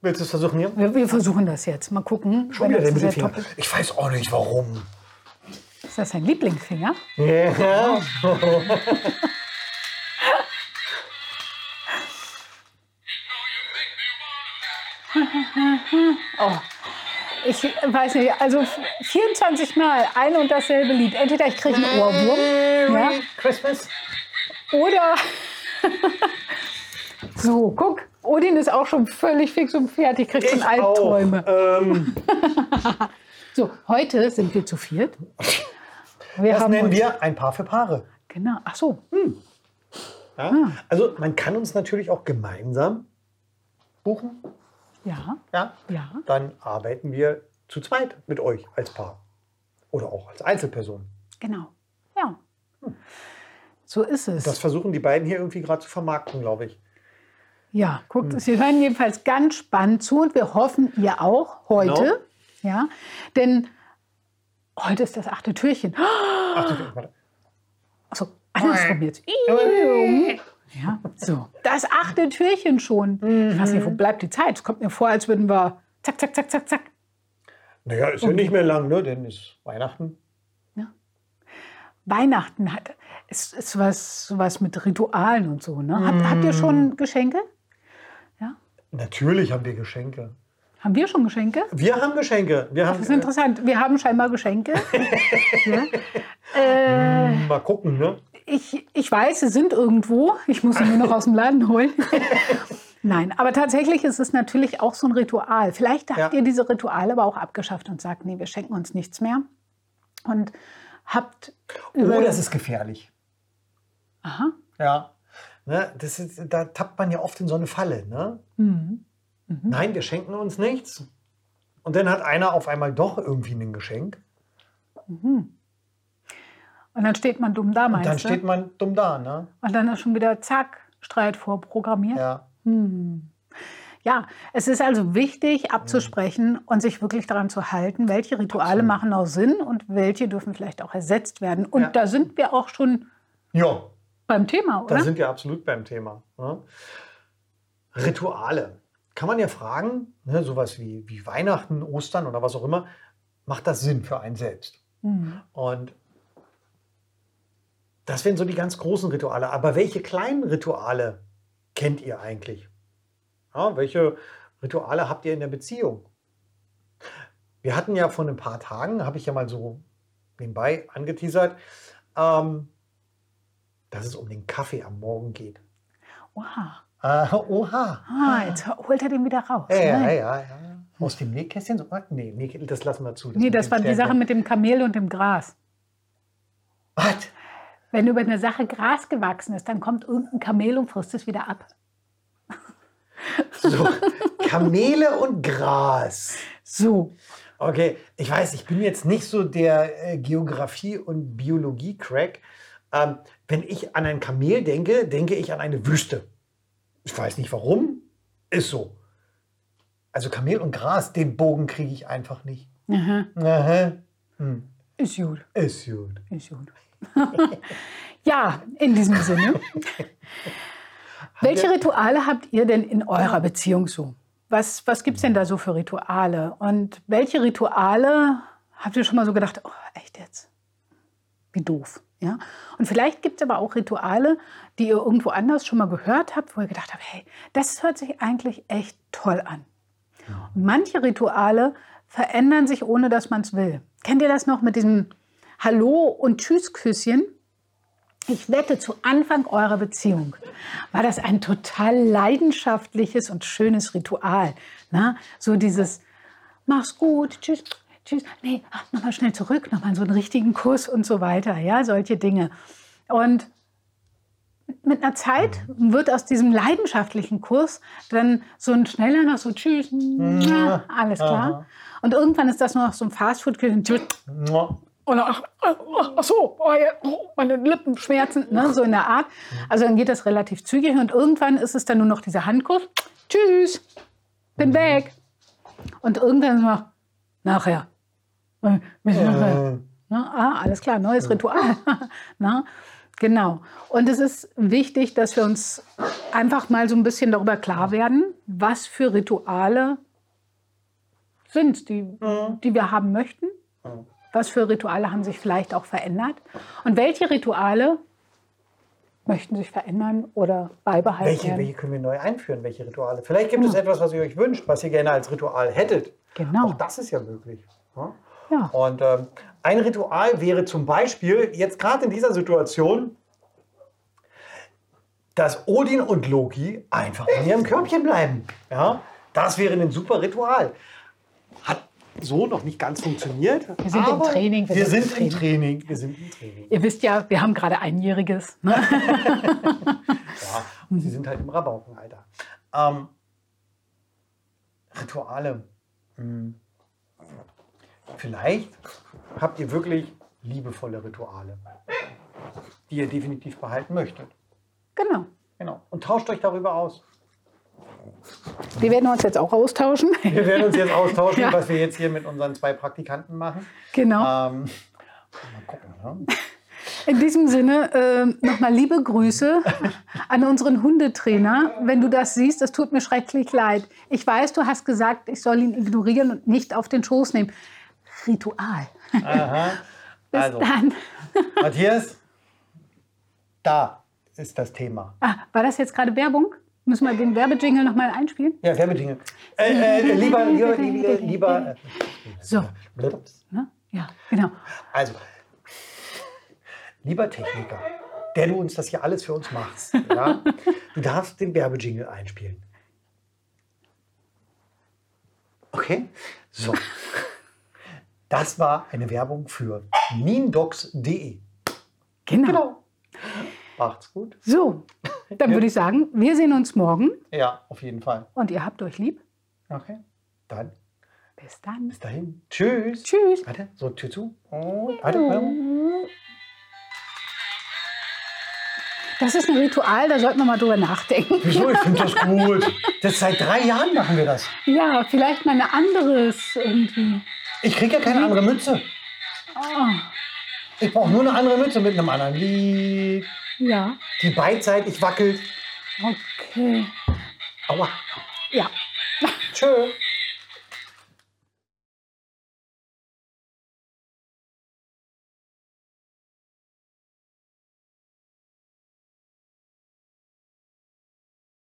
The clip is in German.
Willst du es versuchen hier? Wir, wir versuchen das jetzt. Mal gucken. Schon wieder der Wenn das der Mittelfinger. Top- Ich weiß auch nicht warum. Ist das dein Lieblingsfinger? Ja. Ich weiß nicht, also 24 Mal ein und dasselbe Lied. Entweder ich kriege einen Ohrwurm ja, Christmas? oder. so, guck, Odin ist auch schon völlig fix und fertig, kriegt schon Albträume. Auch. Ähm, So, heute sind wir zu viert. Wir das haben nennen uns- wir ein Paar für Paare. Genau, ach so. Ja? Ah. Also man kann uns natürlich auch gemeinsam buchen. Ja, Ja? ja. Dann arbeiten wir zu zweit mit euch als Paar. Oder auch als Einzelperson. Genau. Ja. So ist es. Das versuchen die beiden hier irgendwie gerade zu vermarkten, glaube ich. ja, guckt, Sie hören jedenfalls ganz spannend zu und wir hoffen, ihr auch heute. Ja, denn heute ist das achte Türchen. Oh, Ach, du- warte. Achso, andersrum jetzt. Ja, so. Das achte Türchen schon. Ich weiß nicht, wo bleibt die Zeit? Es kommt mir vor, als würden wir zack, zack, zack, zack, zack. Naja, ist ja nicht mehr lang, ne? Denn ist Weihnachten. Weihnachten hat. Es ist was, was mit Ritualen und so. Ne? Habt, habt ihr schon Geschenke? Natürlich haben wir Geschenke. Haben wir schon Geschenke? Wir haben Geschenke. Wir haben, Das ist interessant. Wir haben scheinbar Geschenke. äh, mal gucken, ne? Ich, ich weiß, sie sind irgendwo. Ich muss sie nur noch aus dem Laden holen. Nein, aber tatsächlich ist es natürlich auch so ein Ritual. Vielleicht habt Ja. ihr diese Rituale aber auch abgeschafft und sagt, nee, wir schenken uns nichts mehr. Und habt über... Oh, das ist gefährlich. Aha. Ja. Ne, das ist, da tappt man ja oft in so eine Falle. Ne? Mhm. Nein, wir schenken uns nichts. Und dann hat einer auf einmal doch irgendwie ein Geschenk. Und dann steht man dumm da, meinst Dann du? steht man dumm da. Ne? und dann ist schon wieder zack, Streit vorprogrammiert. Ja. Hm. Ja, es ist also wichtig abzusprechen und sich wirklich daran zu halten, welche Rituale machen auch Sinn und welche dürfen vielleicht auch ersetzt werden. Und Ja. da sind wir auch schon ja, beim Thema, da oder? sind wir absolut beim Thema. Ne? Rituale. Kann man ja fragen, ne, sowas wie, wie Weihnachten, Ostern oder was auch immer, macht das Sinn für einen selbst? Und das wären so die ganz großen Rituale. Aber welche kleinen Rituale kennt ihr eigentlich? Ja, welche Rituale habt ihr in der Beziehung? Wir hatten ja vor ein paar Tagen, habe ich ja mal so nebenbei angeteasert, ähm, dass es um den Kaffee am Morgen geht. Oha. Ah, oha. Ah, jetzt holt er den wieder raus. Ja, ja, Nein. ja, ja. Aus dem Nähkästchen? So, ah, nee, nee, das lassen wir zu. Nee, mit das dem war die Stärken. Sache mit dem Kamel und dem Gras. Was? Wenn über eine Sache Gras gewachsen ist, dann kommt irgendein Kamel und frisst es wieder ab. So, Kamele und Gras. So. Okay, ich weiß, ich bin jetzt nicht so der äh, Geografie- und Biologie-Crack. Ähm, wenn ich an ein Kamel denke, denke ich an eine Wüste. Ich weiß nicht warum, ist so. Also Kamel und Gras, den Bogen kriege ich einfach nicht. Aha. Aha. Ist gut, Ist gut. ist gut. ja, in diesem Sinne. Welche Rituale habt ihr denn in eurer Beziehung so? Was, was gibt es denn da so für Rituale? Und welche Rituale habt ihr schon mal so gedacht, oh, echt jetzt? Wie doof. Ja? Und vielleicht gibt es aber auch Rituale, die ihr irgendwo anders schon mal gehört habt, wo ihr gedacht habt, hey, das hört sich eigentlich echt toll an. Und manche Rituale verändern sich, ohne dass man es will. Kennt ihr das noch mit diesem Hallo- und Tschüss-Küsschen? Ich wette, zu Anfang eurer Beziehung war das ein total leidenschaftliches und schönes Ritual. Na? So dieses, mach's gut, tschüss, tschüss, nee, nochmal schnell zurück, nochmal so einen richtigen Kuss und so weiter. Ja, solche Dinge. Und mit einer Zeit wird aus diesem leidenschaftlichen Kurs dann so ein schneller noch so Tschüss, mua, alles klar. Und irgendwann ist das nur noch so ein Fastfood-Küchen. Tschüss. Mua. Und ach, ach, ach so, oh, ja, oh, meine Lippen schmerzen, ne, so in der Art. Also dann geht das relativ zügig und irgendwann ist es dann nur noch dieser Handkuss. Tschüss, bin weg. Und irgendwann ist man nachher. Äh, Bis nachher. Äh, Ne? Ah, alles klar, neues Ritual. ne? Genau. Und es ist wichtig, dass wir uns einfach mal so ein bisschen darüber klar werden, was für Rituale sind, die, die wir haben möchten. Was für Rituale haben sich vielleicht auch verändert? Und welche Rituale möchten sich verändern oder beibehalten Welche, werden? welche können wir neu einführen? Welche Rituale? Vielleicht gibt es etwas, was ihr euch wünscht, was ihr gerne als Ritual hättet. Genau. Auch das ist ja möglich. Ja? Ja. Und ähm, ein Ritual wäre zum Beispiel, jetzt gerade in dieser Situation, dass Odin und Loki einfach in ihrem Körbchen bleiben. Ja? Das wäre ein super Ritual. Hat so noch nicht ganz funktioniert. Wir sind im aber Training, Wir, wir sind, sind im im Training. Wir sind im Training. Ihr wisst ja, wir haben gerade einjähriges. Ne? Ja, und sie sind halt im Rabaukenalter. Ähm, Rituale. Hm. Vielleicht habt ihr wirklich liebevolle Rituale, die ihr definitiv behalten möchtet. Genau. Genau. Und tauscht euch darüber aus. Wir werden uns jetzt auch austauschen. Wir werden uns jetzt austauschen, Ja. was wir jetzt hier mit unseren zwei Praktikanten machen. genau. Ähm, mal gucken. Ne? In diesem Sinne äh, nochmal liebe Grüße an unseren Hundetrainer. Wenn du das siehst, das tut mir schrecklich leid. Ich weiß, du hast gesagt, ich soll ihn ignorieren und nicht auf den Schoß nehmen. Ritual. Aha. Bis Also, dann. Matthias, da ist das Thema. Ah, war das jetzt gerade Werbung? Müssen wir den Werbejingle nochmal einspielen? Ja, Werbedinge. Äh, äh, lieber, lieber, lieber, lieber So, äh, ne? Ja, genau. also, lieber Techniker, der du uns das hier alles für uns machst, ja, du darfst den Werbejingle einspielen. Okay, so. Das war eine Werbung für nindocs.de. Genau. Genau. Macht's gut. So, dann würde ich sagen, wir sehen uns morgen Ja, auf jeden Fall. und ihr habt euch lieb. Okay. Dann Bis dann. bis dahin. Tschüss. Tschüss. Warte, so Tür zu. Und, warte, warte. Das ist ein Ritual, da sollten wir mal drüber nachdenken. Wieso? Ich finde das gut. Das seit drei Jahren machen wir das. Ja, vielleicht mal ein anderes irgendwie. Ich kriege ja keine andere Mütze. Oh, Ich brauche nur eine andere Mütze mit einem anderen Lied. ja, Die beidseitig wackelt. okay. Aua. Ja. Tschö.